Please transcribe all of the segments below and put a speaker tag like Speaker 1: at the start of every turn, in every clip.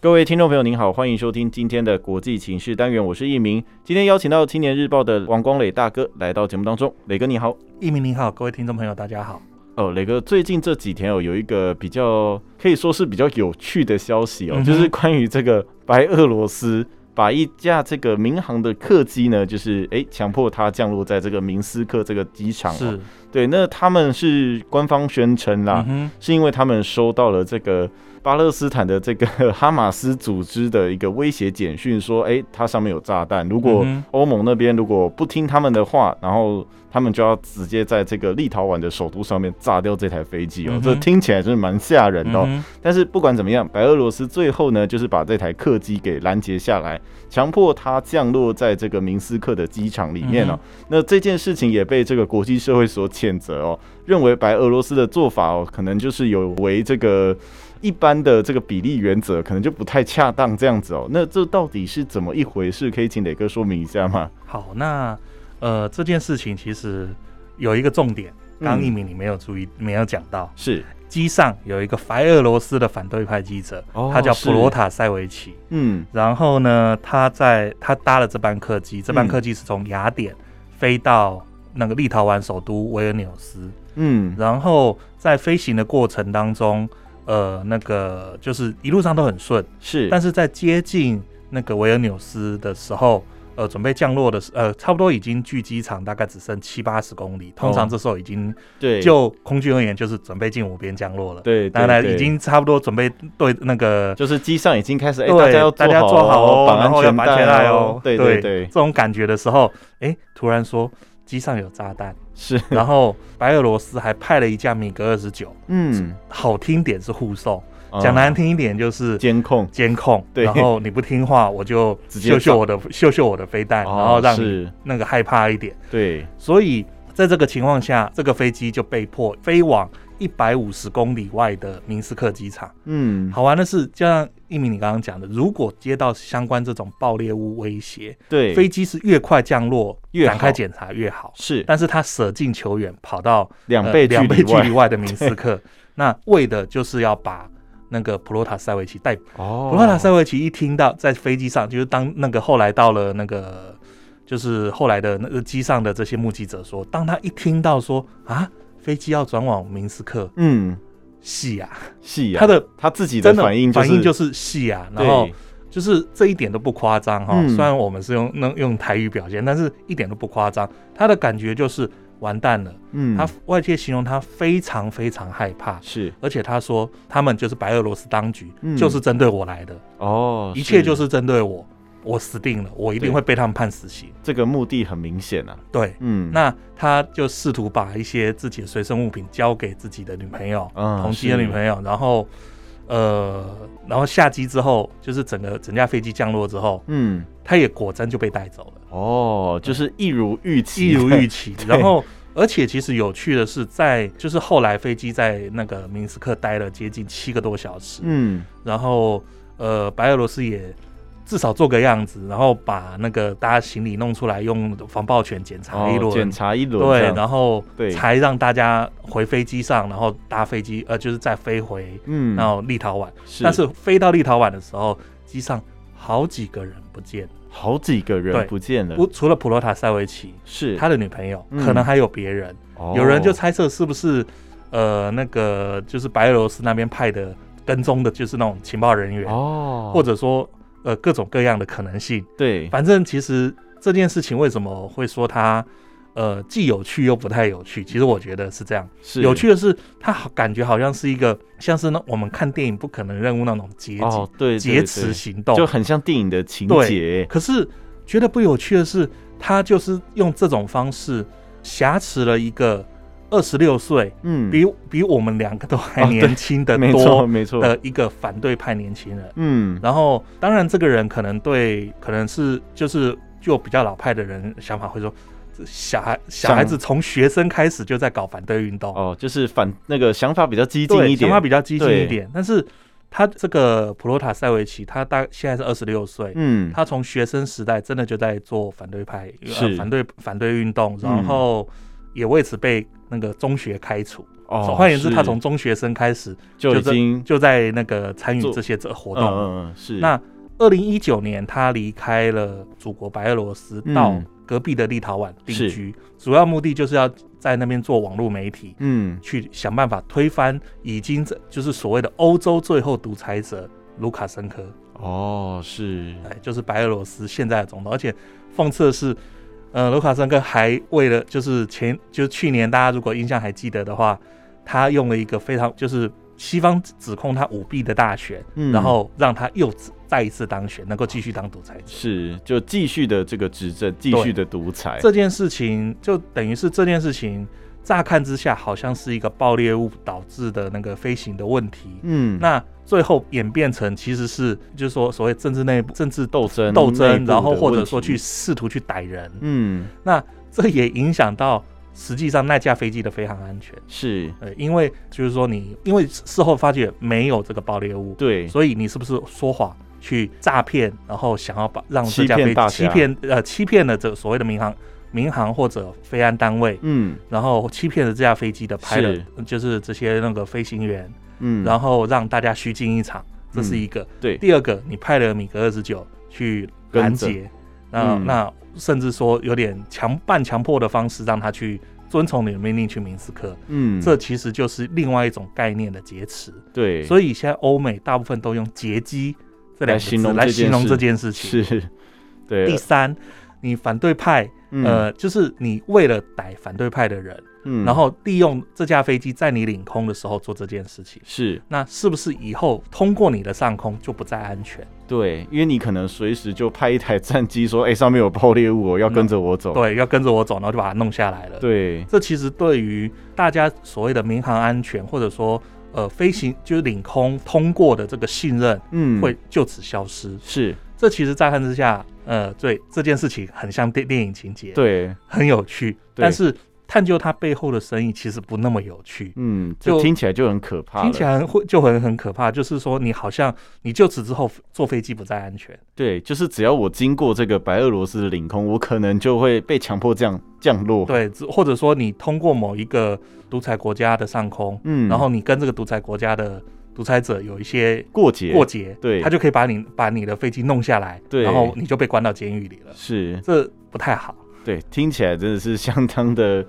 Speaker 1: 各位听众朋友，您好，欢迎收听今天的国际情势单元，我是一鸣。今天邀请到《青年日报》的王光磊大哥来到节目当中，磊哥你好。
Speaker 2: 一鸣你好，各位听众朋友大家好。
Speaker 1: 哦，磊哥，最近这几天哦，有一个比较可以说是比较有趣的消息哦，
Speaker 2: 嗯哼
Speaker 1: 就是关于这个白俄罗斯把一架这个民航的客机呢，就是诶强迫它降落在这个明斯克这个机场、哦。
Speaker 2: 是，
Speaker 1: 对，那他们是官方宣称啦，
Speaker 2: 嗯
Speaker 1: 是因为他们收到了这个巴勒斯坦的这个 哈马斯组织的一个威胁简讯，说，哎、它上面有炸弹，如果
Speaker 2: 嗯哼
Speaker 1: 欧盟那边如果不听他们的话，然后他们就要直接在这个立陶宛的首都上面炸掉这台飞机哦、
Speaker 2: 嗯哼
Speaker 1: 这听起来真是蛮吓人
Speaker 2: 哼，
Speaker 1: 的哦、
Speaker 2: 嗯哼
Speaker 1: 但是不管怎么样，白俄罗斯最后呢，就是把这台客机给拦截下来，强迫它降落在这个明斯克的机场里面
Speaker 2: 嗯
Speaker 1: 哦。那这件事情也被这个国际社会所谴责哦，认为白俄罗斯的做法哦，可能就是有违这个。一般的这个比例原则可能就不太恰当，这样子哦。那这到底是怎么一回事？可以请磊哥说明一下吗？
Speaker 2: 好，那呃这件事情其实有一个重点，刚刚一
Speaker 1: 嗯
Speaker 2: 鸣你没有注意，没有讲到，
Speaker 1: 是，
Speaker 2: 机上有一个白俄罗斯的反对派记者，
Speaker 1: 哦
Speaker 2: 他叫
Speaker 1: 是
Speaker 2: 普罗塔塞维奇。
Speaker 1: 嗯，
Speaker 2: 然后呢，他在他搭了这班客机，这班客机是从雅典飞到那个立陶宛首都维尔纽斯。
Speaker 1: 嗯，
Speaker 2: 然后在飞行的过程当中，呃，那个就是一路上都很顺，
Speaker 1: 是，
Speaker 2: 但是在接近那个维尔纽斯的时候，呃，准备降落的时，呃，差不多已经距机场大概只剩七八十公里。通常这时候已经
Speaker 1: 哦对，
Speaker 2: 就空军而言，就是准备进湖边降落了。
Speaker 1: 对，对
Speaker 2: 当然
Speaker 1: 对
Speaker 2: 已经差不多准备对那个
Speaker 1: 就是机上已经开始，哎、
Speaker 2: 对
Speaker 1: 大家要
Speaker 2: 大家
Speaker 1: 好
Speaker 2: 做好
Speaker 1: 哦，
Speaker 2: 然后要
Speaker 1: 全
Speaker 2: 绑
Speaker 1: 带
Speaker 2: 起来
Speaker 1: 哦，对
Speaker 2: 对
Speaker 1: 对
Speaker 2: 这，种感觉的时候，哎、突然说机上有炸 弹，
Speaker 1: 是，
Speaker 2: 然后白俄罗斯还派了一架米格二十九，
Speaker 1: 嗯，
Speaker 2: 好听点是护送，
Speaker 1: 啊
Speaker 2: 讲难听一点就是
Speaker 1: 监控，
Speaker 2: 监控，
Speaker 1: 对
Speaker 2: 然后你不听话，我就
Speaker 1: 直接
Speaker 2: 秀秀我的秀秀我的飞哎弹，然
Speaker 1: 哦
Speaker 2: 后让你
Speaker 1: 是，
Speaker 2: 那个害怕一点。
Speaker 1: 对，
Speaker 2: 所以在这个情况下，这个飞机就被迫飞往一百五十公里外的明斯克机场。
Speaker 1: 嗯，
Speaker 2: 好玩的是，就像一鸣你刚刚讲的，如果接到相关这种爆裂物威胁，
Speaker 1: 对，
Speaker 2: 飞机是越快降落
Speaker 1: 越好
Speaker 2: 展开检查越好。
Speaker 1: 是
Speaker 2: 但是它舍近求远，跑到
Speaker 1: 两
Speaker 2: 呃
Speaker 1: 倍距
Speaker 2: 两倍
Speaker 1: 离
Speaker 2: 距
Speaker 1: 外
Speaker 2: 离外的明斯 克，那为的就是要把那个普罗塔塞维奇逮捕。
Speaker 1: 哦
Speaker 2: 普罗塔塞维奇一听到在飞机上，就是当那个后来到了那个，就是后来的那个机上的这些目击者说，当他一听到说啊，飞机要转往明斯克，
Speaker 1: 嗯，
Speaker 2: 戏啊，
Speaker 1: 是啊，
Speaker 2: 他的
Speaker 1: 他自己的
Speaker 2: 真的
Speaker 1: 反应就是，
Speaker 2: 反应就是戏啊，然后
Speaker 1: 对，
Speaker 2: 就是这一点都不夸张哈。
Speaker 1: 嗯
Speaker 2: 虽然我们是用能用台语表现，但是一点都不夸张。他的感觉就是完蛋了，
Speaker 1: 嗯，
Speaker 2: 他外界形容他非常非常害怕，
Speaker 1: 是，
Speaker 2: 而且他说他们就是白俄罗斯当局，
Speaker 1: 嗯
Speaker 2: 就是针对我来的。
Speaker 1: 哦，
Speaker 2: 一切就是针对我，我死定了，我一定
Speaker 1: 对
Speaker 2: 会被他们判死刑。
Speaker 1: 这个目的很明显啊，
Speaker 2: 对，
Speaker 1: 嗯，
Speaker 2: 那他就试图把一些自己的随身物品交给自己的女朋友，
Speaker 1: 嗯
Speaker 2: 同机的女朋友，然后呃，然后下机之后，就是整个整架飞机降落之后，
Speaker 1: 嗯，
Speaker 2: 他也果真就被带走了，
Speaker 1: 哦，就是一如预期，。
Speaker 2: 一如预期然后。而且其实有趣的是在，就是后来飞机在那个明斯克待了接近七个多小时，
Speaker 1: 嗯，
Speaker 2: 然后呃，白俄罗斯也至少做个样子，然后把那个大家行李弄出来，用防爆犬检查一
Speaker 1: 哦
Speaker 2: 轮，
Speaker 1: 检查一轮这
Speaker 2: 对
Speaker 1: 样，，
Speaker 2: 然后
Speaker 1: 对
Speaker 2: 才让大家回飞机上，然后搭飞机，呃，就是再飞回
Speaker 1: 嗯，
Speaker 2: 然后立陶宛。
Speaker 1: 是，
Speaker 2: 但是飞到立陶宛的时候，机上好几个人不见了，
Speaker 1: 好几个人
Speaker 2: 对
Speaker 1: 不见了
Speaker 2: 不，除了普罗塔塞维奇，
Speaker 1: 是，
Speaker 2: 他的女朋友，
Speaker 1: 嗯
Speaker 2: 可能还有别人。
Speaker 1: 哦
Speaker 2: 有人就猜测是不是呃那个就是白俄罗斯那边派的跟踪的，就是那种情报人员。
Speaker 1: 哦，嗯
Speaker 2: 或者说呃各种各样的可能性。
Speaker 1: 对，
Speaker 2: 反正其实这件事情为什么会说它呃既有趣又不太有趣？其实我觉得是这样，
Speaker 1: 嗯是
Speaker 2: 有趣的是它好感觉好像是一个像是那我们看电影不可能任务那种劫
Speaker 1: 哦，对，对
Speaker 2: 机劫持
Speaker 1: 对
Speaker 2: 行动，
Speaker 1: 就很像电影的情
Speaker 2: 对
Speaker 1: 节。
Speaker 2: 可是觉得不有趣的是，他就是用这种方式挟持了一个二十六岁。
Speaker 1: 嗯，
Speaker 2: 比比我们两个都还
Speaker 1: 哦对
Speaker 2: 年轻的
Speaker 1: 没错
Speaker 2: 多
Speaker 1: 没错，
Speaker 2: 的一个反对派年轻人，
Speaker 1: 嗯，
Speaker 2: 然后，当然这个人可能对，可能是就是就比较老派的人想法会说，这小孩小孩子从学生开始就在搞反对运动，
Speaker 1: 哦，就是反那个想法比较激进
Speaker 2: 对，
Speaker 1: 一点
Speaker 2: 想法，比较激进
Speaker 1: 对
Speaker 2: 一点。但是他这个普罗塔塞维奇，他大现在是二十六岁，
Speaker 1: 嗯，
Speaker 2: 他从学生时代真的就在做反对派，呃
Speaker 1: 是
Speaker 2: 反对反对运动，
Speaker 1: 嗯
Speaker 2: 然后也为此被那个中学开除。
Speaker 1: 哦
Speaker 2: 换言之，
Speaker 1: 是
Speaker 2: 他从中学生开始
Speaker 1: 就已
Speaker 2: 在
Speaker 1: 经
Speaker 2: 就在那个参与
Speaker 1: 做
Speaker 2: 这些这活
Speaker 1: 嗯
Speaker 2: 动了。
Speaker 1: 嗯嗯是
Speaker 2: 那二零一九年，他离开了祖国白俄罗斯，
Speaker 1: 嗯
Speaker 2: 到隔壁的立陶宛定
Speaker 1: 是
Speaker 2: 居，主要目的就是要在那边做网络媒体，
Speaker 1: 嗯
Speaker 2: 去想办法推翻已经这就是所谓的欧洲最后独裁者卢卡申科，
Speaker 1: 哦是
Speaker 2: 哎，就是白俄罗斯现在的总统。而且讽刺的是，呃，卢卡申科还为了就是前就是去年大家如果印象还记得的话，他用了一个非常就是西方指控他舞弊的大选，
Speaker 1: 嗯
Speaker 2: 然后让他又再一次当选，能够继续当独裁者。
Speaker 1: 是就继续的这个执政，继续的独裁，
Speaker 2: 这件事情就等于是这件事情，乍看之下好像是一个爆裂物导致的那个飞行的问题，
Speaker 1: 嗯
Speaker 2: 那最后演变成其实是就是说所谓政治内部政治
Speaker 1: 斗争
Speaker 2: 斗
Speaker 1: 内
Speaker 2: 争，
Speaker 1: 部
Speaker 2: 然后
Speaker 1: 的
Speaker 2: 或者
Speaker 1: 问
Speaker 2: 说
Speaker 1: 题
Speaker 2: 去试图去逮人，
Speaker 1: 嗯
Speaker 2: 那这也影响到实际上那架飞机的飞行安全。
Speaker 1: 是
Speaker 2: 呃，因为就是说你因为事后发觉没有这个爆裂物，
Speaker 1: 对
Speaker 2: 所以你是不是说谎去诈骗，然后想要把让这
Speaker 1: 欺
Speaker 2: 架
Speaker 1: 骗
Speaker 2: 飞
Speaker 1: 大
Speaker 2: 机欺
Speaker 1: 家
Speaker 2: 骗呃欺骗了这所谓的民航民航或者飞安单位，
Speaker 1: 嗯
Speaker 2: 然后欺骗了这架飞机的拍了
Speaker 1: 是
Speaker 2: 就是这些那个飞行员，
Speaker 1: 嗯
Speaker 2: 然后让大家虚惊一场，这是
Speaker 1: 嗯
Speaker 2: 一个。
Speaker 1: 对
Speaker 2: 第二个，你派了米格二十九去拦截，那、
Speaker 1: 嗯
Speaker 2: 那甚至说有点强半强迫的方式让他去遵从你的命令去明斯克，
Speaker 1: 嗯
Speaker 2: 这其实就是另外一种概念的劫持。
Speaker 1: 对
Speaker 2: 所以现在欧美大部分都用劫机这
Speaker 1: 来
Speaker 2: 两个
Speaker 1: 形
Speaker 2: 字
Speaker 1: 容
Speaker 2: 来
Speaker 1: 这件
Speaker 2: 形容
Speaker 1: 事
Speaker 2: 这件事情。
Speaker 1: 是
Speaker 2: 第
Speaker 1: 对
Speaker 2: 三，你反对派，
Speaker 1: 嗯
Speaker 2: 呃，就是你为了逮反对派的人，
Speaker 1: 嗯
Speaker 2: 然后利用这架飞机在你领空的时候做这件事情。
Speaker 1: 是
Speaker 2: 那是不是以后通过你的上空就不再安全？
Speaker 1: 对，因为你可能随时就派一台战机说，哎、上面有爆裂物哦，要跟着我走。
Speaker 2: 对，要跟着我走，然后就把它弄下来了。，
Speaker 1: 对
Speaker 2: 这其实对于大家所谓的民航安全，或者说呃飞行就是领空通过的这个信任，
Speaker 1: 嗯，
Speaker 2: 会就此消失。
Speaker 1: 是，
Speaker 2: 这其实乍看之下，呃，对这件事情很像电电影情节，，
Speaker 1: 对，
Speaker 2: 很有趣，
Speaker 1: 对
Speaker 2: 但是探究它背后的深意，其实不那么有趣。
Speaker 1: 嗯，这
Speaker 2: 就
Speaker 1: 听起来就很可怕了。
Speaker 2: 听起来会就很很可怕，就是说你好像你就此之后坐飞机不再安全，
Speaker 1: 对，就是只要我经过这个白俄罗斯的领空，我可能就会被强迫降降落。，
Speaker 2: 对，只或者说你通过某一个独裁国家的上空，
Speaker 1: 嗯，
Speaker 2: 然后你跟这个独裁国家的独裁者有一些
Speaker 1: 过节
Speaker 2: 过节，
Speaker 1: 对
Speaker 2: 他就可以把你把你的飞机弄下来，
Speaker 1: 对
Speaker 2: 然后你就被关到监狱里了，
Speaker 1: 是
Speaker 2: 这不太好。
Speaker 1: 对，听起来真的是相当的，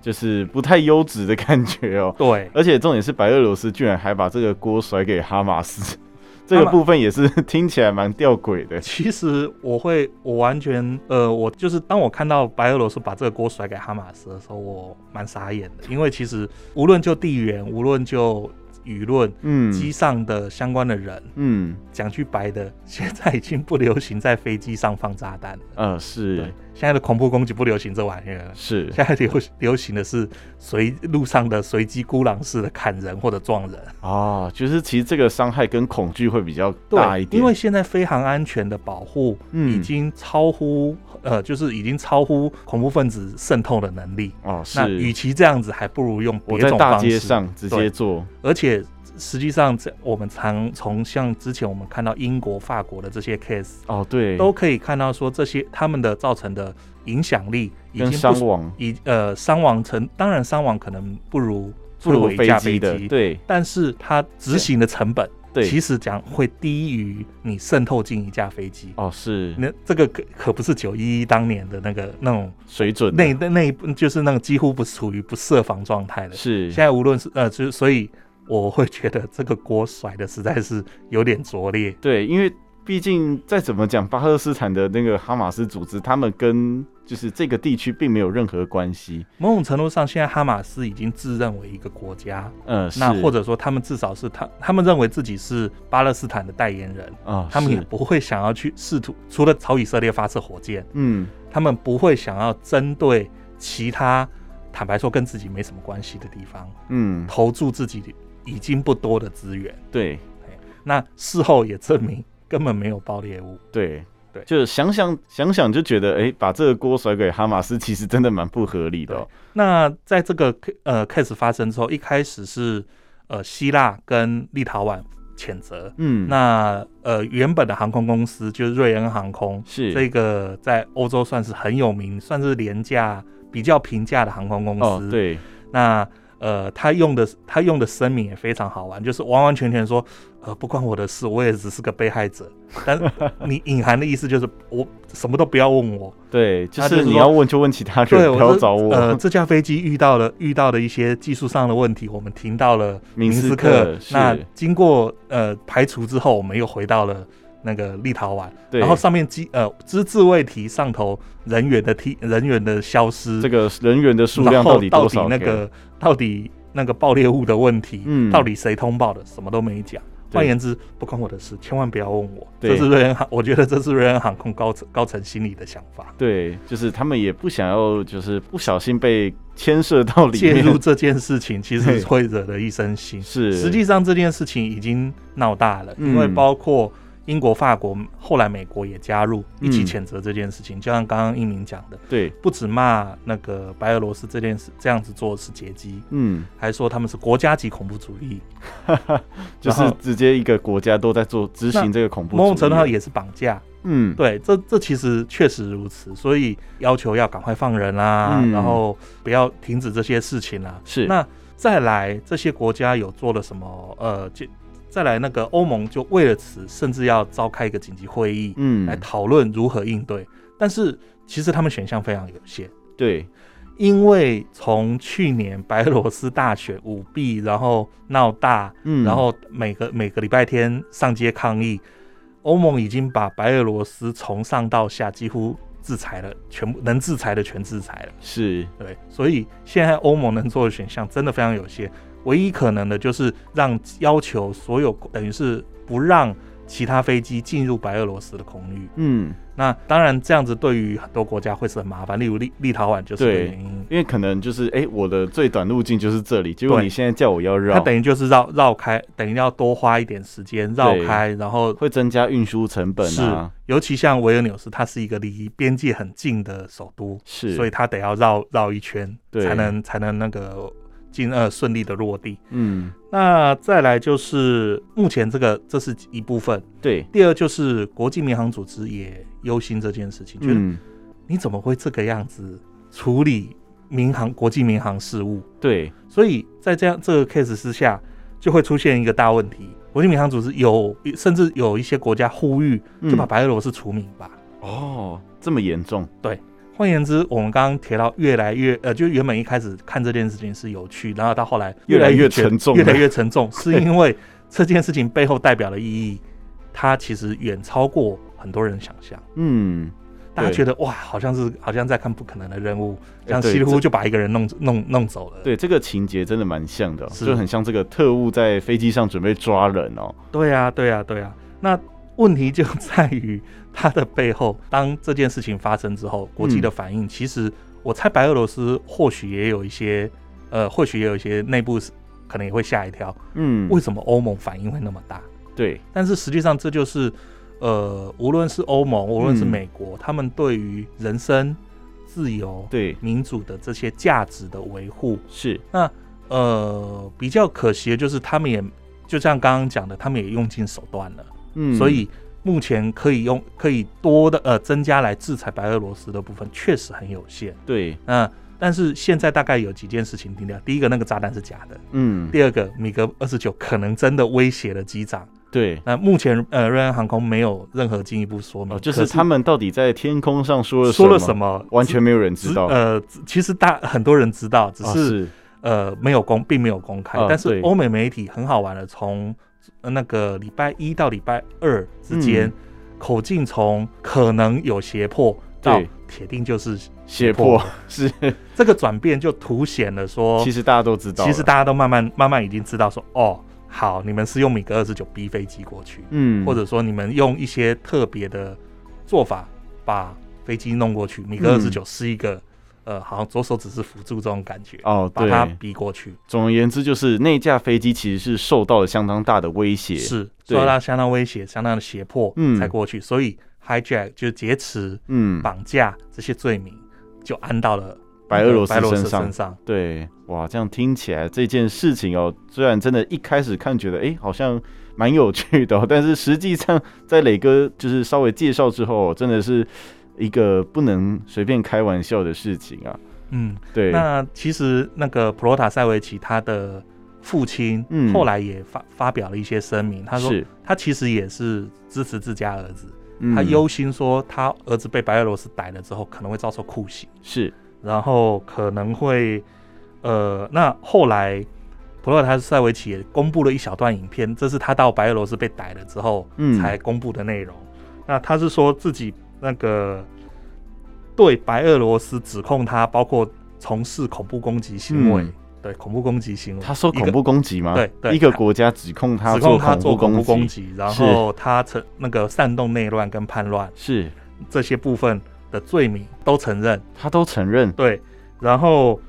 Speaker 1: 就是不太优质的感觉哦。
Speaker 2: 对，
Speaker 1: 而且重点是，白俄罗斯居然还把这个锅甩给哈马斯， 这个
Speaker 2: 马
Speaker 1: 部分也是 听起来蛮吊诡的。
Speaker 2: 其实我会，我完全，呃，我就是当我看到白俄罗斯把这个锅甩给哈马斯的时候，我蛮傻眼的，因为其实无论就地缘，无论就舆论，
Speaker 1: 嗯
Speaker 2: 机上的相关的人，
Speaker 1: 嗯
Speaker 2: 讲句白的，现在已经不流行在飞机上放炸弹了。
Speaker 1: 呃
Speaker 2: 对
Speaker 1: 是，
Speaker 2: 现在的恐怖攻击不流行这玩意儿了。
Speaker 1: 是
Speaker 2: 现在流流行的是随路上的随机孤狼式的砍人或者撞人，
Speaker 1: 哦，就是其实这个伤害跟恐惧会比较大一点，
Speaker 2: 因为现在飞行安全的保护
Speaker 1: 嗯
Speaker 2: 已经超乎、呃，就是已经超乎恐怖分子渗透的能力。
Speaker 1: 哦
Speaker 2: 那与
Speaker 1: 是
Speaker 2: 其这样子，还不如用
Speaker 1: 我
Speaker 2: 别
Speaker 1: 在
Speaker 2: 种
Speaker 1: 大
Speaker 2: 方
Speaker 1: 街
Speaker 2: 式。
Speaker 1: 上直接
Speaker 2: 对
Speaker 1: 做，
Speaker 2: 而且实际上，这我们常从像之前我们看到英国、法国的这些 case，
Speaker 1: 哦对，
Speaker 2: 都可以看到说这些他们的造成的影响力已
Speaker 1: 跟
Speaker 2: 经
Speaker 1: 伤
Speaker 2: 不
Speaker 1: 亡
Speaker 2: 以呃伤亡成，当然伤亡可能不如
Speaker 1: 不如
Speaker 2: 摧毁一
Speaker 1: 飞
Speaker 2: 架
Speaker 1: 机
Speaker 2: 飞
Speaker 1: 的，对
Speaker 2: 但是它执行的成本，
Speaker 1: 对
Speaker 2: 其实讲会低于你渗透进一架飞机。
Speaker 1: 哦是
Speaker 2: 那这个可可不是九一一当年的那个那种
Speaker 1: 水准的
Speaker 2: 那那那一部就是那种几乎不处于不设防状态的。
Speaker 1: 是
Speaker 2: 现在无论是呃，就是所以我会觉得这个锅甩的实在是有点拙劣。
Speaker 1: 对，因为毕竟再怎么讲，巴勒斯坦的那个哈马斯组织，他们跟就是这个地区并没有任何关系，
Speaker 2: 某种程度上，现在哈马斯已经自认为一个国家，
Speaker 1: 嗯、是
Speaker 2: 那或者说他们至少是他他们认为自己是巴勒斯坦的代言人，
Speaker 1: 啊、
Speaker 2: 他们也
Speaker 1: 是
Speaker 2: 不会想要去试图除了朝以色列发射火箭，
Speaker 1: 嗯
Speaker 2: 他们不会想要针对其他坦白说跟自己没什么关系的地方
Speaker 1: 嗯
Speaker 2: 投注自己已经不多的资源。
Speaker 1: 对
Speaker 2: 那事后也证明根本没有爆裂物。
Speaker 1: 对。
Speaker 2: 对
Speaker 1: 就是想想想想就觉得，哎，把这个锅甩给哈马斯，其实真的蛮不合理的、哦。
Speaker 2: 那在这个 ca- 呃 case 发生之后，一开始是呃希腊跟立陶宛谴责，
Speaker 1: 嗯，
Speaker 2: 那呃原本的航空公司就是瑞恩航空，
Speaker 1: 是
Speaker 2: 这个在欧洲算是很有名，算是廉价比较平价的航空公司。
Speaker 1: 哦，对，
Speaker 2: 那呃，他用的他用的声明也非常好玩，就是完完全全说，呃，不关我的事，我也只是个被害者。但你隐含的意思就是，我什么都不要问我。
Speaker 1: 对，就
Speaker 2: 他就是是
Speaker 1: 你
Speaker 2: 说
Speaker 1: 要问就问其他
Speaker 2: 对，
Speaker 1: 人，
Speaker 2: 我
Speaker 1: 不要
Speaker 2: 这
Speaker 1: 找我。
Speaker 2: 呃，这架飞机遇到了遇到的一些技术上的问题，我们停到了
Speaker 1: 明斯
Speaker 2: 斯
Speaker 1: 克是
Speaker 2: 那经过呃排除之后，我们又回到了那个立陶宛。
Speaker 1: 对，
Speaker 2: 然后上面机呃只字未提上头人员的提人员的消失，
Speaker 1: 这个人员的数量
Speaker 2: 然后
Speaker 1: 到
Speaker 2: 到
Speaker 1: 底多少？
Speaker 2: 那，个到底那个爆裂物的问题，
Speaker 1: 嗯
Speaker 2: 到底谁通报的，什么都没讲。
Speaker 1: 对
Speaker 2: 换言之，不关我的事，千万不要问我。
Speaker 1: 对
Speaker 2: 这是瑞恩航，我觉得这是瑞恩航空高层高层心里的想法。
Speaker 1: 对，就是他们也不想要，就是不小心被牵涉到里
Speaker 2: 介
Speaker 1: 面。
Speaker 2: 入这件事情，其
Speaker 1: 对
Speaker 2: 实会惹了一身腥。
Speaker 1: 是，
Speaker 2: 实际上这件事情已经闹大了，
Speaker 1: 嗯
Speaker 2: 因为包括英国、法国，后来美国也加入一起
Speaker 1: 嗯
Speaker 2: 谴责这件事情。就像刚刚英明讲的，
Speaker 1: 对，
Speaker 2: 不止骂那个白俄罗斯这件事这样子做是劫机，
Speaker 1: 嗯，
Speaker 2: 还说他们是国家级恐怖主义，
Speaker 1: 就是
Speaker 2: 然后
Speaker 1: 直接一个国家都在做执行
Speaker 2: 那
Speaker 1: 这个恐怖主义，
Speaker 2: 某种程度上也是绑架。
Speaker 1: 嗯，
Speaker 2: 对，这这其实确实如此，所以要求要赶快放人啦、
Speaker 1: 嗯
Speaker 2: 然后不要停止这些事情啦、
Speaker 1: 是
Speaker 2: 那再来，这些国家有做了什么？呃，就再来那个欧盟就为了此，甚至要召开一个紧急会议、
Speaker 1: 嗯
Speaker 2: 来，讨论如何应对。但是其实他们选项非常有限。
Speaker 1: 对，
Speaker 2: 因为从去年白俄罗斯大选舞弊，然后闹大，
Speaker 1: 嗯，
Speaker 2: 然后每个每个礼拜天上街抗议，欧盟已经把白俄罗斯从上到下几乎制裁了，全部能制裁的全制裁了。
Speaker 1: 是
Speaker 2: 对，所以现在欧盟能做的选项真的非常有限，唯一可能的就是让要求所有等于是不让其他飞机进入白俄罗斯的空域。
Speaker 1: 嗯，
Speaker 2: 那当然，这样子对于很多国家会是很麻烦，例如立立陶宛就是这个
Speaker 1: 对
Speaker 2: 原因。
Speaker 1: 因为可能就是哎、诶我的最短路径就是这里，结果
Speaker 2: 对
Speaker 1: 你现在叫我要
Speaker 2: 它
Speaker 1: 绕，
Speaker 2: 等于就是绕绕开，等于要多花一点时间绕
Speaker 1: 对
Speaker 2: 开，然后
Speaker 1: 会增加运输成本
Speaker 2: 是
Speaker 1: 啊，，
Speaker 2: 尤其像维尔纽斯，它是一个离边界很近的首都，
Speaker 1: 是，
Speaker 2: 所以它得要绕绕一圈，
Speaker 1: 对
Speaker 2: 才能才能那个进呃顺利的落地。
Speaker 1: 嗯，
Speaker 2: 那再来就是目前这个这是一部分，
Speaker 1: 对，
Speaker 2: 第二就是国际民航组织也忧心这件事情，觉得
Speaker 1: 嗯，
Speaker 2: 你怎么会这个样子处理民航国际民航事务？
Speaker 1: 对，
Speaker 2: 所以在这样这个 case 之下，就会出现一个大问题。国际民航组织有甚至有一些国家呼吁，
Speaker 1: 嗯
Speaker 2: 就把白俄罗斯除名吧。
Speaker 1: 哦，这么严重，
Speaker 2: 换言之，我们刚刚提到越来越呃，就原本一开始看这件事情是有趣，然后到后来
Speaker 1: 越来越
Speaker 2: 觉得
Speaker 1: 沉重了
Speaker 2: 越来越沉重，是因为这件事情背后代表的意义，它其实远超过很多人想象。
Speaker 1: 嗯，
Speaker 2: 大家
Speaker 1: 对
Speaker 2: 觉得哇，好像是好像在看不可能的任务，
Speaker 1: 哎
Speaker 2: 像
Speaker 1: 对
Speaker 2: 稀里糊
Speaker 1: 这
Speaker 2: 涂就把一个人弄弄弄走了。
Speaker 1: 对，这个情节真的蛮像的哦、
Speaker 2: 是
Speaker 1: 就很像这个特务在飞机上准备抓人哦。
Speaker 2: 对啊，对啊，对啊。那问题就在于它的背后，当这件事情发生之后，国际的反应，其实我猜白俄罗斯或许也有一些，呃，或许也有一些内部可能也会吓一跳，
Speaker 1: 嗯，
Speaker 2: 为什么欧盟反应会那么大？
Speaker 1: 对，
Speaker 2: 但是实际上这就是，呃，无论是欧盟，无论是
Speaker 1: 嗯
Speaker 2: 美国，他们对于人身、自由、
Speaker 1: 对，
Speaker 2: 民主的这些价值的维护，
Speaker 1: 是，
Speaker 2: 呃，比较可惜的就是他们也就像刚刚讲的，他们也用尽手段了。
Speaker 1: 嗯，
Speaker 2: 所以目前可以用可以多的呃增加来制裁白俄罗斯的部分确实很有限。
Speaker 1: 对，
Speaker 2: 那、但是现在大概有几件事情定掉：第一个，那个炸弹是假的；
Speaker 1: 嗯，
Speaker 2: 第二个，米格二十九可能真的威胁了机长。
Speaker 1: 对，
Speaker 2: 那目前呃，瑞安航空没有任何进一步说明，
Speaker 1: 哦，就
Speaker 2: 可
Speaker 1: 是他们到底在天空上说了
Speaker 2: 说了
Speaker 1: 什
Speaker 2: 什
Speaker 1: 么，
Speaker 2: 么，
Speaker 1: 完全没有人
Speaker 2: 只
Speaker 1: 知道。啊
Speaker 2: 呃，只其实大很多人知道，只
Speaker 1: 哦
Speaker 2: 是、呃没有公，并没有公开。
Speaker 1: 啊
Speaker 2: 但是
Speaker 1: 对
Speaker 2: 欧美媒体很好玩的，从呃那个礼拜一到礼拜二之间，
Speaker 1: 嗯
Speaker 2: 口径从可能有胁迫到
Speaker 1: 对
Speaker 2: 铁定就是
Speaker 1: 胁迫是，
Speaker 2: 这个转变，就凸显了说，
Speaker 1: 其
Speaker 2: 实
Speaker 1: 实大家都知道了。
Speaker 2: 其实大家都慢慢慢慢已经知道说，哦，好，你们是用米格二十九 B 飞机过去，
Speaker 1: 嗯，
Speaker 2: 或者说你们用一些特别的做法把飞机弄过去，米格二十九是一个。呃，好像左手只是辅助这种感觉，
Speaker 1: 哦，
Speaker 2: 把
Speaker 1: 对，
Speaker 2: 它逼过去。
Speaker 1: 总而言之，就是那架飞机其实是受到了相当大的威胁。
Speaker 2: 是
Speaker 1: 对
Speaker 2: 受到相当威胁、相当的胁迫
Speaker 1: 嗯
Speaker 2: 才过去，所以 hijack 就是劫持、
Speaker 1: 嗯，
Speaker 2: 绑架这些罪名，就安到了
Speaker 1: 白俄罗斯
Speaker 2: 白俄罗
Speaker 1: 身
Speaker 2: 斯
Speaker 1: 上
Speaker 2: 身，上。
Speaker 1: 对，哇，这样听起来这件事情哦，虽然真的一开始看觉得哎、诶好像蛮有趣的、哦，但是实际上在磊哥就是稍微介绍之后、哦真的是一个不能随便开玩笑的事情啊。
Speaker 2: 嗯，
Speaker 1: 对，
Speaker 2: 那其实那个普罗塔塞维奇他的父亲
Speaker 1: 嗯
Speaker 2: 后来也发发表了一些声明，他说
Speaker 1: 是、
Speaker 2: 他其实也是支持自家儿子，
Speaker 1: 嗯
Speaker 2: 他忧心说他儿子被白俄罗斯逮了之后可能会遭受酷刑，
Speaker 1: 是
Speaker 2: 然后可能会呃，那后来普罗塔塞维奇也公布了一小段影片，这是他到白俄罗斯被逮了之后
Speaker 1: 嗯
Speaker 2: 才公布的内容。那他是说自己那个对白俄罗斯指控他包括从事恐怖攻击行为，
Speaker 1: 嗯
Speaker 2: 对恐怖攻击行为，
Speaker 1: 他说
Speaker 2: 一个
Speaker 1: 恐怖攻击吗？
Speaker 2: 对对
Speaker 1: 一个国家指控他
Speaker 2: 指控他
Speaker 1: 做
Speaker 2: 做恐怖
Speaker 1: 怖
Speaker 2: 攻
Speaker 1: 攻击，
Speaker 2: 击，然后他曾那个煽动内乱跟叛乱
Speaker 1: 是
Speaker 2: 这些部分的罪名都承认，
Speaker 1: 他都承认。
Speaker 2: 对，然后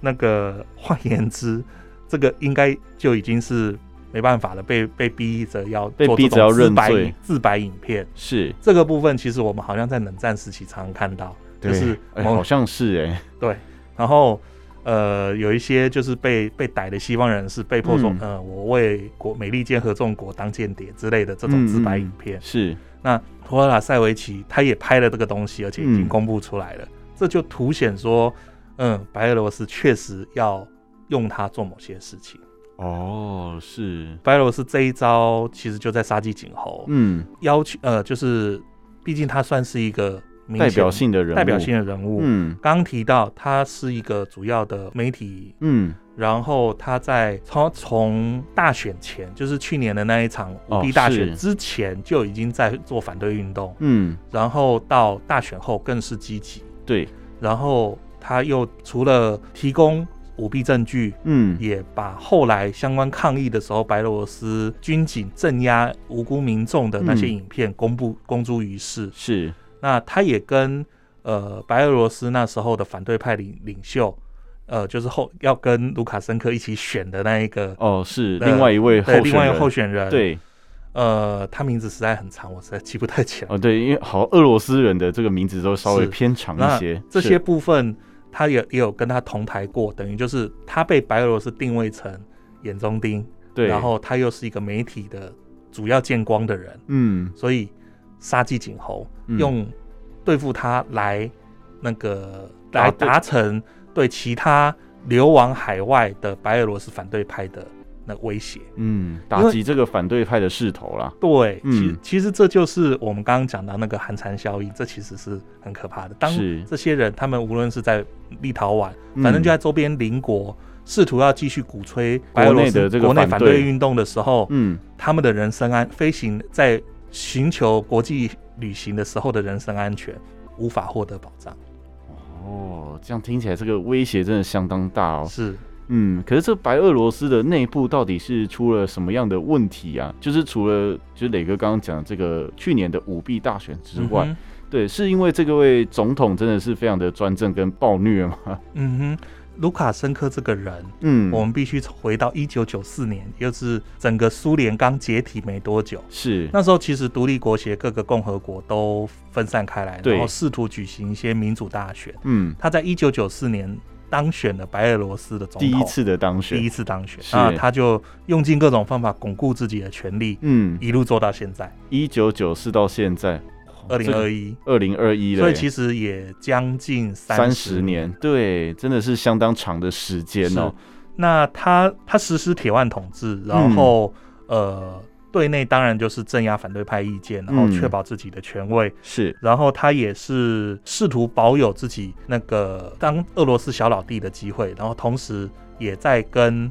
Speaker 2: 那个换言之， 这个应该就已经是没办法了，被被逼着要
Speaker 1: 被
Speaker 2: 做
Speaker 1: 逼
Speaker 2: 这
Speaker 1: 着要
Speaker 2: 种自
Speaker 1: 认
Speaker 2: 白
Speaker 1: 罪
Speaker 2: 影自白影片。
Speaker 1: 是，
Speaker 2: 这个部分其实我们好像在冷战时期常常看到，就
Speaker 1: 对
Speaker 2: 是哦
Speaker 1: 哎、
Speaker 2: 某
Speaker 1: 好像是哎、
Speaker 2: 对，然后呃，有一些就是被被逮的西方人士被迫说，
Speaker 1: 嗯
Speaker 2: 呃，我为国美利坚合众国当间谍之类的这
Speaker 1: 嗯
Speaker 2: 种自白影片。
Speaker 1: 是，
Speaker 2: 那普罗塔塞维奇他也拍了这个东西，而且已经
Speaker 1: 嗯
Speaker 2: 公布出来了，这就凸显说，嗯，白俄罗斯确实要用它做某些事情。
Speaker 1: 哦，是，
Speaker 2: 白俄罗斯这一招其实就在杀鸡儆猴，
Speaker 1: 嗯，
Speaker 2: 要求呃，就是毕竟他算是一个明
Speaker 1: 代
Speaker 2: 显
Speaker 1: 表性的人物，
Speaker 2: 代表性，的人物。
Speaker 1: 嗯
Speaker 2: 刚提到他是一个主要的媒体
Speaker 1: 嗯，
Speaker 2: 然后他在从从大选前，就是去年的那一场
Speaker 1: 哦
Speaker 2: 舞弊大
Speaker 1: 是
Speaker 2: 选之前，就已经在做反对运动，
Speaker 1: 嗯，
Speaker 2: 然后到大选后更是积极，
Speaker 1: 对，
Speaker 2: 然后他又除了提供舞弊证据，
Speaker 1: 嗯，
Speaker 2: 也把后来相关抗议的时候，白俄罗斯军警镇压无辜民众的那些
Speaker 1: 嗯
Speaker 2: 影片公布公诸于世。
Speaker 1: 是，
Speaker 2: 那他也跟呃白俄罗斯那时候的反对派领领袖，呃，就是后要跟卢卡申科一起选的那一个，
Speaker 1: 哦，是
Speaker 2: 呃
Speaker 1: 另外一位候
Speaker 2: 对，
Speaker 1: 选
Speaker 2: 另外一个候
Speaker 1: 人，
Speaker 2: 选人，，
Speaker 1: 对，
Speaker 2: 呃，他名字实在很长，我实在记不太起来。
Speaker 1: 哦，对，因为好像俄罗斯人的这个名字都稍微
Speaker 2: 是
Speaker 1: 偏长
Speaker 2: 那
Speaker 1: 一些，
Speaker 2: 这
Speaker 1: 是
Speaker 2: 些部分他也也有跟他同台过，等于就是他被白俄罗斯定位成眼中钉，
Speaker 1: 对，
Speaker 2: 然后他又是一个媒体的主要见光的人，
Speaker 1: 嗯，
Speaker 2: 所以杀鸡儆猴，
Speaker 1: 嗯
Speaker 2: 用对付他来那个
Speaker 1: 答
Speaker 2: 来
Speaker 1: 对
Speaker 2: 达成对其他流亡海外的白俄罗斯反对派的那威胁。
Speaker 1: 嗯打
Speaker 2: 因为
Speaker 1: 击这个反对派的势头啦，
Speaker 2: 对，其
Speaker 1: 嗯
Speaker 2: 其实这就是我们刚刚讲到那个寒蝉效应，这其实是很可怕的。当
Speaker 1: 是
Speaker 2: 这些人，他们无论是在立陶宛，
Speaker 1: 嗯
Speaker 2: 反正就在周边邻国，试图要继续鼓吹白俄罗斯
Speaker 1: 国内的这个
Speaker 2: 国内
Speaker 1: 反
Speaker 2: 反
Speaker 1: 对
Speaker 2: 对运动的时候，
Speaker 1: 嗯，
Speaker 2: 他们的人身安飞行在寻求国际旅行的时候的人身安全无法获得保障。
Speaker 1: 哦，这样听起来这个威胁真的相当大哦，
Speaker 2: 是，
Speaker 1: 嗯，可是这白俄罗斯的内部到底是出了什么样的问题啊？就是除了就是磊哥刚刚讲的这个去年的舞弊大选之外，
Speaker 2: 嗯哼
Speaker 1: 对，是因为这个位总统真的是非常的专政跟暴虐吗？
Speaker 2: 嗯哼，卢卡申科这个人，
Speaker 1: 嗯，
Speaker 2: 我们必须回到一九九四年，也就是整个苏联刚解体没多久。
Speaker 1: 是
Speaker 2: 那时候其实独立国协各个共和国都分散开来，
Speaker 1: 对
Speaker 2: 然后试图举行一些民主大选。
Speaker 1: 嗯
Speaker 2: 他在一九九四年当选了白俄罗斯的总统，
Speaker 1: 第一次的当选，
Speaker 2: 第一次当选。
Speaker 1: 是
Speaker 2: 那他就用尽各种方法巩固自己的权利，
Speaker 1: 嗯，
Speaker 2: 一路做到现在
Speaker 1: 一九九四到现在
Speaker 2: 二零二一，
Speaker 1: 二零二一了
Speaker 2: 所
Speaker 1: 耶，
Speaker 2: 以其实也将近
Speaker 1: 三
Speaker 2: 三
Speaker 1: 十。年，对，真的是相当长的时间哦。
Speaker 2: 那他他实施铁腕统治，然后、
Speaker 1: 嗯
Speaker 2: 呃，对内当然就是镇压反对派意见，然后
Speaker 1: 嗯
Speaker 2: 确保自己的权位。
Speaker 1: 是，
Speaker 2: 然后他也是试图保有自己那个当俄罗斯小老弟的机会，然后同时也在跟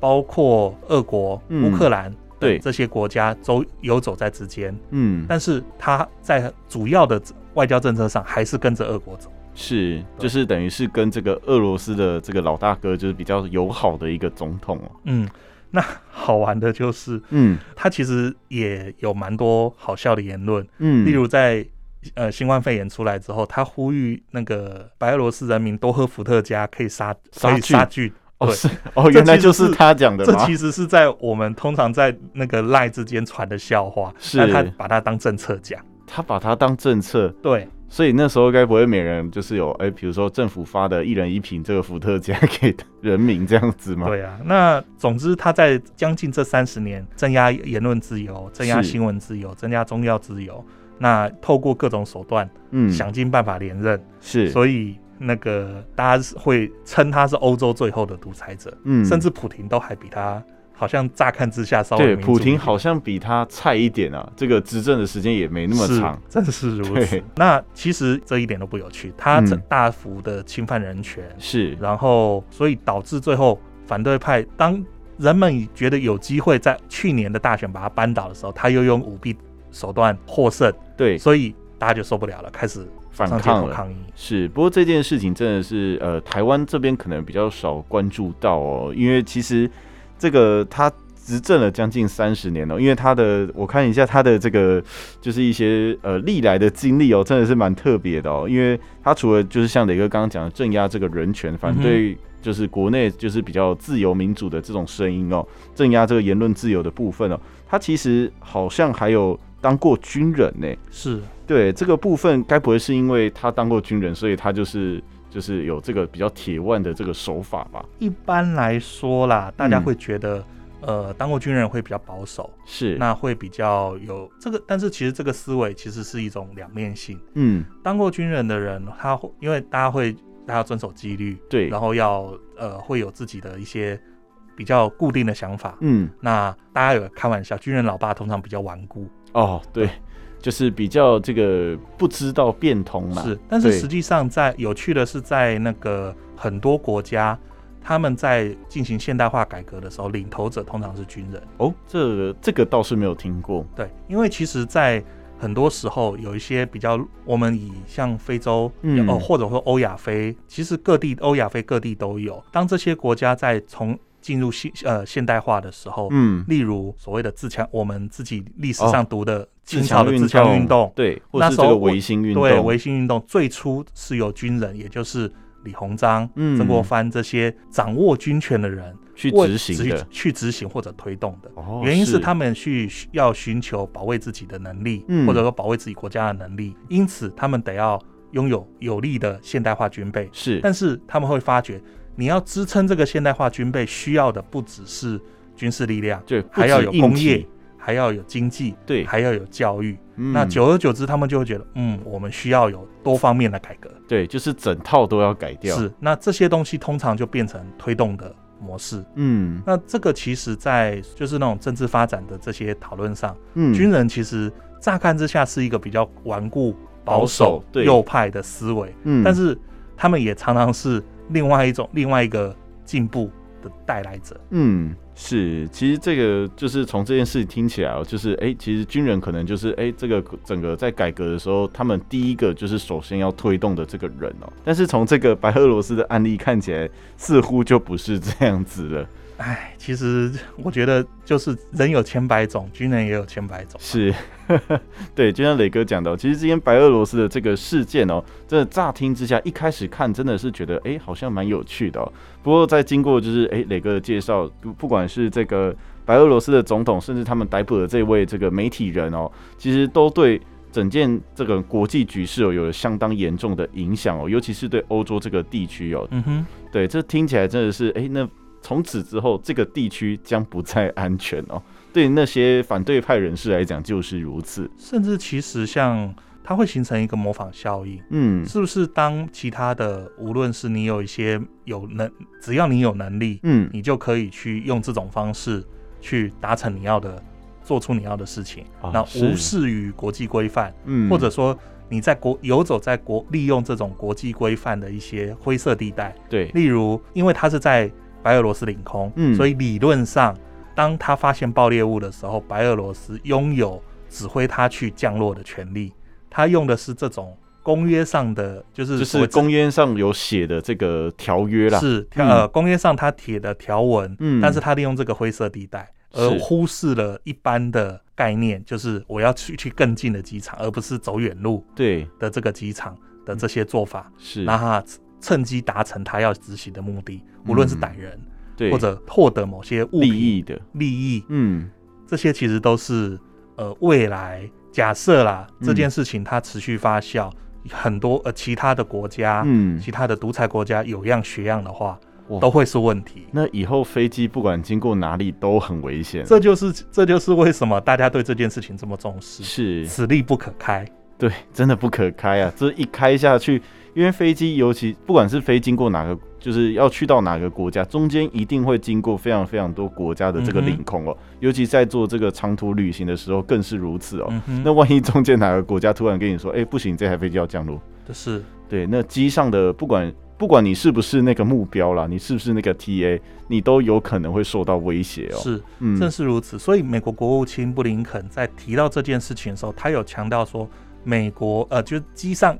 Speaker 2: 包括俄国、
Speaker 1: 嗯
Speaker 2: 乌克兰
Speaker 1: 对
Speaker 2: 这些国家走游走在之间，
Speaker 1: 嗯，
Speaker 2: 但是他在主要的外交政策上还是跟着俄国走。
Speaker 1: 是，
Speaker 2: 对
Speaker 1: 就是等于是跟这个俄罗斯的这个老大哥就是比较友好的一个总统哦。
Speaker 2: 嗯，那好玩的就是
Speaker 1: 嗯
Speaker 2: 他其实也有蛮多好笑的言论，
Speaker 1: 嗯，
Speaker 2: 例如在。呃，新冠肺炎出来之后，他呼吁那个白俄罗斯人民多喝伏特加，可以杀
Speaker 1: 杀
Speaker 2: 可以
Speaker 1: 菌
Speaker 2: 杀菌，
Speaker 1: 哦
Speaker 2: 对
Speaker 1: 是哦，
Speaker 2: 这
Speaker 1: 原来
Speaker 2: 其实
Speaker 1: 就是
Speaker 2: 是
Speaker 1: 他讲的
Speaker 2: 这
Speaker 1: 吗？
Speaker 2: 其实是在我们通常在那个赖之间传的笑话，
Speaker 1: 是
Speaker 2: 但他把它当政策讲。
Speaker 1: 他把它当政策，
Speaker 2: 对，
Speaker 1: 所以那时候该不会每人就是有哎，比如说政府发的一人一瓶这个伏特加给人民这样子吗？
Speaker 2: 对啊，那总之他在将近这三十年镇压言论自由、镇压
Speaker 1: 是
Speaker 2: 新闻自由、镇压宗教自由，那透过各种手段
Speaker 1: 嗯，
Speaker 2: 想尽办法连任，
Speaker 1: 是，
Speaker 2: 所以那个大家是会称他是欧洲最后的独裁者，
Speaker 1: 嗯
Speaker 2: 甚至普廷都还比他好像乍看之下稍微
Speaker 1: 对
Speaker 2: 民主
Speaker 1: 普
Speaker 2: 一
Speaker 1: 廷
Speaker 2: 点
Speaker 1: 好像比他菜一点啊，这个执政的时间也没那么
Speaker 2: 是
Speaker 1: 长，，
Speaker 2: 正是如此
Speaker 1: 对。
Speaker 2: 那其实这一点都不有趣，他这
Speaker 1: 嗯
Speaker 2: 大幅的侵犯人权，
Speaker 1: 是，
Speaker 2: 然后所以导致最后反对派当人们觉得有机会在去年的大选把他扳倒的时候，他又用舞弊手段获胜，
Speaker 1: 对，
Speaker 2: 所以大家就受不了了，开始
Speaker 1: 反
Speaker 2: 上街
Speaker 1: 抗
Speaker 2: 头
Speaker 1: 了。
Speaker 2: 抗议。
Speaker 1: 是，不过这件事情真的是，呃，台湾这边可能比较少关注到哦，因为其实这个他执政了将近三十年哦，因为他的我看一下他的这个就是一些呃历来的经历哦，真的是蛮特别的哦，因为他除了就是像磊哥刚刚讲的镇压这个人权，反对就是国内就是比较自由民主的这种声音哦，镇压这个言论自由的部分哦，他其实好像还有当过军人呢。
Speaker 2: 是，
Speaker 1: 对这个部分，该不会是因为他当过军人，所以他就是就是有这个比较铁腕的这个手法吧？
Speaker 2: 一般来说啦，大家
Speaker 1: 嗯
Speaker 2: 会觉得，呃，当过军人会比较保守，
Speaker 1: 是，
Speaker 2: 那会比较有这个，但是其实这个思维其实是一种两面性。
Speaker 1: 嗯，
Speaker 2: 当过军人的人，他会因为大家会大家遵守纪律，
Speaker 1: 对
Speaker 2: 然，后要呃会有自己的一些比较固定的想法。
Speaker 1: 嗯，
Speaker 2: 那大家有开玩笑，军人老爸通常比较顽固，
Speaker 1: 哦，对，就是比较这个不知道变通嘛，
Speaker 2: 是，但
Speaker 1: 嗯
Speaker 2: 是
Speaker 1: 对
Speaker 2: 实际上在有趣的是，在那个很多国家，他们在进行现代化改革的时候，领头者通常是军人。
Speaker 1: 哦，这个这个倒是没有听过，
Speaker 2: 对，因为其实，在很多时候有一些比较，我们以像非洲，
Speaker 1: 嗯
Speaker 2: 哦，或者说欧亚非，其实各地欧亚非各地都有。当这些国家在从进入现呃现代化的时候，
Speaker 1: 嗯，
Speaker 2: 例如所谓的自强，我们自己历史
Speaker 1: 哦
Speaker 2: 上读的清朝的自强运动，
Speaker 1: 对，或
Speaker 2: 那
Speaker 1: 是
Speaker 2: 时
Speaker 1: 这
Speaker 2: 候
Speaker 1: 个
Speaker 2: 我
Speaker 1: 维新运动，
Speaker 2: 对维新运动，最初是由军人，也就是李鸿章、
Speaker 1: 嗯
Speaker 2: 曾国藩这些掌握军权的人
Speaker 1: 去
Speaker 2: 为
Speaker 1: 执行
Speaker 2: 去
Speaker 1: 的，
Speaker 2: 去执行或者推动的。
Speaker 1: 哦
Speaker 2: 原因是他，们去寻要寻求保卫自己的能力，
Speaker 1: 嗯
Speaker 2: 或者说保卫自己国家的能力，因此他们得要拥有有力的现代化军备。
Speaker 1: 是，
Speaker 2: 但是他们会发觉，你要支撑这个现代化军备，需要的不只是军事力量，
Speaker 1: 对，不
Speaker 2: 还要
Speaker 1: 止
Speaker 2: 有
Speaker 1: 硬
Speaker 2: 工
Speaker 1: 体
Speaker 2: 业，，还要有经济，
Speaker 1: 对
Speaker 2: 还要有教育。
Speaker 1: 嗯
Speaker 2: 那久而久之，他们就会觉得，嗯，我们需要有多方面的改革。
Speaker 1: 对，就是整套都要改掉，，
Speaker 2: 是，那这些东西通常就变成推动的模式。
Speaker 1: 嗯
Speaker 2: 那这个其实，在就是那种政治发展的这些讨论上，
Speaker 1: 嗯，
Speaker 2: 军人其实乍看之下是一个比较顽固、
Speaker 1: 保
Speaker 2: 保守
Speaker 1: 守、对
Speaker 2: 右派的思维，
Speaker 1: 嗯，
Speaker 2: 但是他们也常常是另外一种、另外一个进步的带来者。
Speaker 1: 嗯，是，其实这个就是从这件事听起来哦，就是哎、其实军人可能就是哎、这个整个在改革的时候，他们第一个就是首先要推动的这个人哦。但是从这个白俄罗斯的案例看起来，似乎就不是这样子了。
Speaker 2: 哎，其实我觉得就是人有千百种，军人也有千百种。啊
Speaker 1: 是， 对，就像磊哥讲的哦，其实今天白俄罗斯的这个事件哦，真的乍听之下，一开始看真的是觉得，哎、好像蛮有趣的、哦。不过在经过就是，哎、磊哥的介绍，不不管是这个白俄罗斯的总统，甚至他们逮捕的这位这个媒体人哦，其实都对。整件这个国际局势哦，有了相当严重的影响哦，尤其是对欧洲这个地区哦，
Speaker 2: 嗯哼，
Speaker 1: 对，这听起来真的是，哎、那从此之后，这个地区将不再安全哦。 对那些反对派人士来讲，就是如此。
Speaker 2: 甚至其实像它会形成一个模仿效应。
Speaker 1: 嗯
Speaker 2: 是不是当其他的，无论是你有一些有能，只要你有能力，
Speaker 1: 嗯，
Speaker 2: 你就可以去用这种方式去达成你要的，做出你要的事情，
Speaker 1: 啊
Speaker 2: 那
Speaker 1: 是
Speaker 2: 无视于国际规范，
Speaker 1: 嗯
Speaker 2: 或者说你在国游走在国，利用这种国际规范的一些灰色地带，
Speaker 1: 对，
Speaker 2: 例如，因为它是在白俄罗斯领空，
Speaker 1: 嗯
Speaker 2: 所以理论上，当他发现爆裂物的时候，白俄罗斯拥有指挥他去降落的权利，他用的是这种公约上的，就是
Speaker 1: 就是公约上有写的这个条约啦。
Speaker 2: 是
Speaker 1: 嗯
Speaker 2: 呃公约上他铁的条文，
Speaker 1: 嗯
Speaker 2: 但是他利用这个灰色地带，而
Speaker 1: 是
Speaker 2: 忽视了一般的概念，就是我要去去更近的机场，而不是走远路
Speaker 1: 对，
Speaker 2: 的这个机场的这些做法，
Speaker 1: 是，
Speaker 2: 让他趁机达成他要执行的目的，无论是
Speaker 1: 嗯
Speaker 2: 逮人、
Speaker 1: 对，
Speaker 2: 或者获得某些物
Speaker 1: 利
Speaker 2: 品
Speaker 1: 益的，
Speaker 2: 利益，
Speaker 1: 嗯，
Speaker 2: 这些其实都是呃未来假设啦，
Speaker 1: 嗯
Speaker 2: 这件事情它持续发酵，很多呃其他的国家、
Speaker 1: 嗯，
Speaker 2: 其他的独裁国家有样学样的话
Speaker 1: 哇，
Speaker 2: 都会是问题。
Speaker 1: 那以后飞机不管经过哪里都很危险。
Speaker 2: 这就是这就是为什么大家对这件事情这么重视，
Speaker 1: 是
Speaker 2: 此例不可开。
Speaker 1: 对，真的不可开啊！ 这一开下去，因为飞机尤其不管是飞经过哪个，就是要去到哪个国家，中间一定会经过非常非常多国家的这个
Speaker 2: 嗯哼
Speaker 1: 领空哦。尤其在做这个长途旅行的时候，更是如此哦。
Speaker 2: 嗯哼，
Speaker 1: 那万一中间哪个国家突然跟你说，哎、不行，这台飞机要降落，
Speaker 2: 这是
Speaker 1: 对，那机上的不管不管你是不是那个目标啦，你是不是那个 TA，你都有可能会受到威胁哦、
Speaker 2: 是
Speaker 1: 嗯
Speaker 2: 正是如此。所以美国国务卿布林肯在提到这件事情的时候，他有强调说，美国呃，就是机上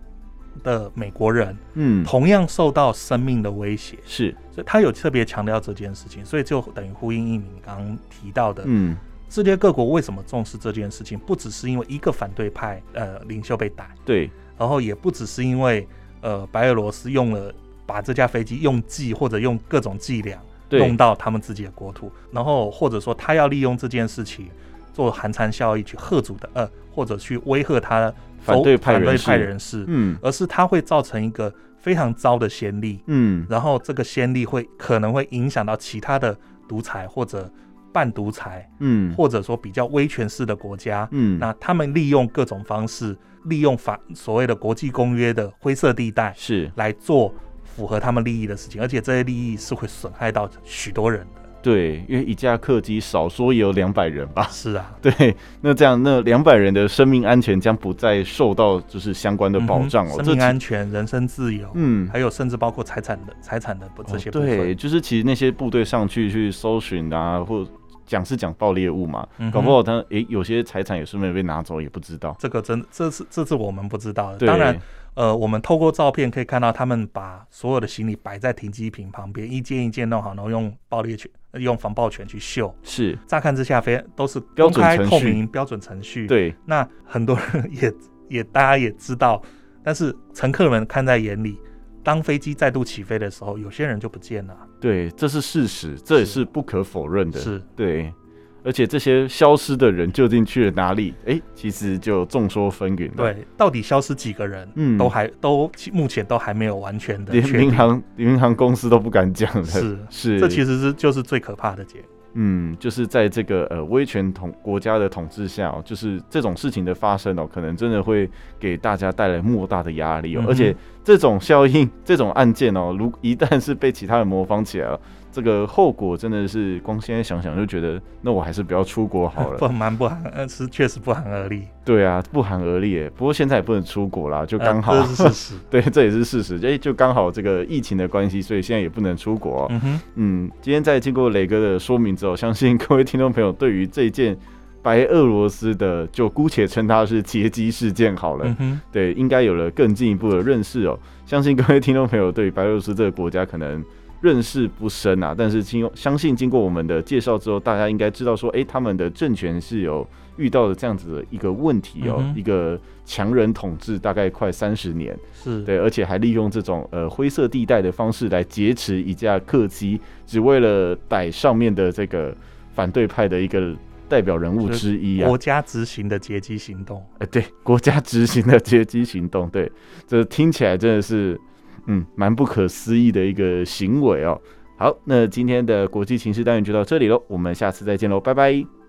Speaker 2: 的美国人
Speaker 1: 嗯，
Speaker 2: 同样受到生命的威胁，
Speaker 1: 是，
Speaker 2: 所以他有特别强调这件事情。所以就等于呼应一鸣刚刚提到的，
Speaker 1: 嗯，
Speaker 2: 世界各国为什么重视这件事情，不只是因为一个反对派呃领袖被逮，
Speaker 1: 对，
Speaker 2: 然后也不只是因为呃白俄罗斯用了把这架飞机用计或者用各种伎俩。
Speaker 1: 对
Speaker 2: 弄，到他们自己的国土，然后或者说他要利用这件事情做寒蝉效应去吓阻的呃，或者去威吓他
Speaker 1: 反对派
Speaker 2: 反对
Speaker 1: 人士
Speaker 2: 派人士，
Speaker 1: 嗯
Speaker 2: 而是他会造成一个非常糟的先例，
Speaker 1: 嗯，
Speaker 2: 然后这个先例会可能会影响到其他的独裁或者半独裁，
Speaker 1: 嗯，
Speaker 2: 或者说比较威权式的国家，
Speaker 1: 嗯，
Speaker 2: 那他们利用各种方式，利用法所谓的国际公约的灰色地带，
Speaker 1: 是
Speaker 2: 来做符合他们利益的事情，而且这些利益是会损害到许多人的。
Speaker 1: 对，因为一架客机少说也有两百人吧。
Speaker 2: 是啊，
Speaker 1: 对，那这样，那两百人的生命安全将不再受到就是相关的保障哦。
Speaker 2: 嗯哼
Speaker 1: 这
Speaker 2: 生命
Speaker 1: 其
Speaker 2: 安全、人身自由，
Speaker 1: 嗯，
Speaker 2: 还有甚至包括财产的财产的不这些
Speaker 1: 哦
Speaker 2: 部分。
Speaker 1: 对，就是其实那些部队上去去搜寻啊，或讲是讲爆裂物嘛，
Speaker 2: 嗯哼
Speaker 1: 搞不好他诶、有些财产也顺便被拿走，也不知道。
Speaker 2: 这个真这是这是我们不知道的。
Speaker 1: 对，
Speaker 2: 当然，，呃，我们透过照片可以看到，他们把所有的行李摆在停机坪旁边，一件一件弄好，然后用爆裂拳、呃用防爆拳去秀。
Speaker 1: 是
Speaker 2: 乍看之下，非都是
Speaker 1: 标
Speaker 2: 公
Speaker 1: 准
Speaker 2: 开
Speaker 1: 程
Speaker 2: 透
Speaker 1: 序
Speaker 2: 明标准程序。
Speaker 1: 对，
Speaker 2: 那很多人也 也大家也知道，但是乘客们看在眼里。当飞机再度起飞的时候，有些人就不见了。
Speaker 1: 对，这是事实，这也
Speaker 2: 是
Speaker 1: 是不可否认的。
Speaker 2: 是，
Speaker 1: 对，而且这些消失的人究竟去了哪里？诶、其实就众说纷纭了。，
Speaker 2: 对，到底消失几个人，
Speaker 1: 嗯
Speaker 2: 都还都目前都还没有完全的
Speaker 1: 连
Speaker 2: 确定
Speaker 1: 民。航民航公司都不敢讲了。
Speaker 2: 是，
Speaker 1: 是，
Speaker 2: 这其实是就是最可怕的结果。
Speaker 1: 嗯，就是在这个呃威权统国家的统治下、哦，就是这种事情的发生哦，可能真的会给大家带来莫大的压力哦。
Speaker 2: 嗯哼
Speaker 1: 而且这种效应、这种案件哦，如一旦是被其他人模仿起来了，这个后果真的是光现在想想就觉得，那我还是不要出国好
Speaker 2: 不
Speaker 1: 了。
Speaker 2: 蛮不寒，呃，是确实不寒而栗。
Speaker 1: 对啊，不寒而栗耶。不过现在也不能出国啦，就
Speaker 2: 就
Speaker 1: 刚好、
Speaker 2: 呃
Speaker 1: 啊
Speaker 2: 这是事实。
Speaker 1: 对，这也是事实。哎、就刚好这个疫情的关系，所以现在也不能出国、哦。
Speaker 2: 嗯哼，
Speaker 1: 嗯，今天在经过磊哥的说明之后，相信各位听众朋友对于这件白俄罗斯的，就姑且称它是劫机事件好了，
Speaker 2: 嗯哼，
Speaker 1: 对，应该有了更进一步的认识哦。相信各位听众朋友对于白俄罗斯这个国家可能认识不深啊，但是经相信经过我们的介绍之后，大家应该知道说，诶，他们的政权是有遇到了这样子的一个问题哦，
Speaker 2: 嗯哼
Speaker 1: 一个强人统治大概快三十年。
Speaker 2: 是，
Speaker 1: 对，而且还利用这种呃灰色地带的方式来劫持一架客机，只为了逮上面的这个反对派的一个代表人物之一啊
Speaker 2: 国。家执行的劫机行动。
Speaker 1: 呃，对，国家执行的劫机行动，对，这听起来真的是嗯蛮不可思议的一个行为哦。好，那今天的国际情势单元就到这里喽，我们下次再见喽，拜拜。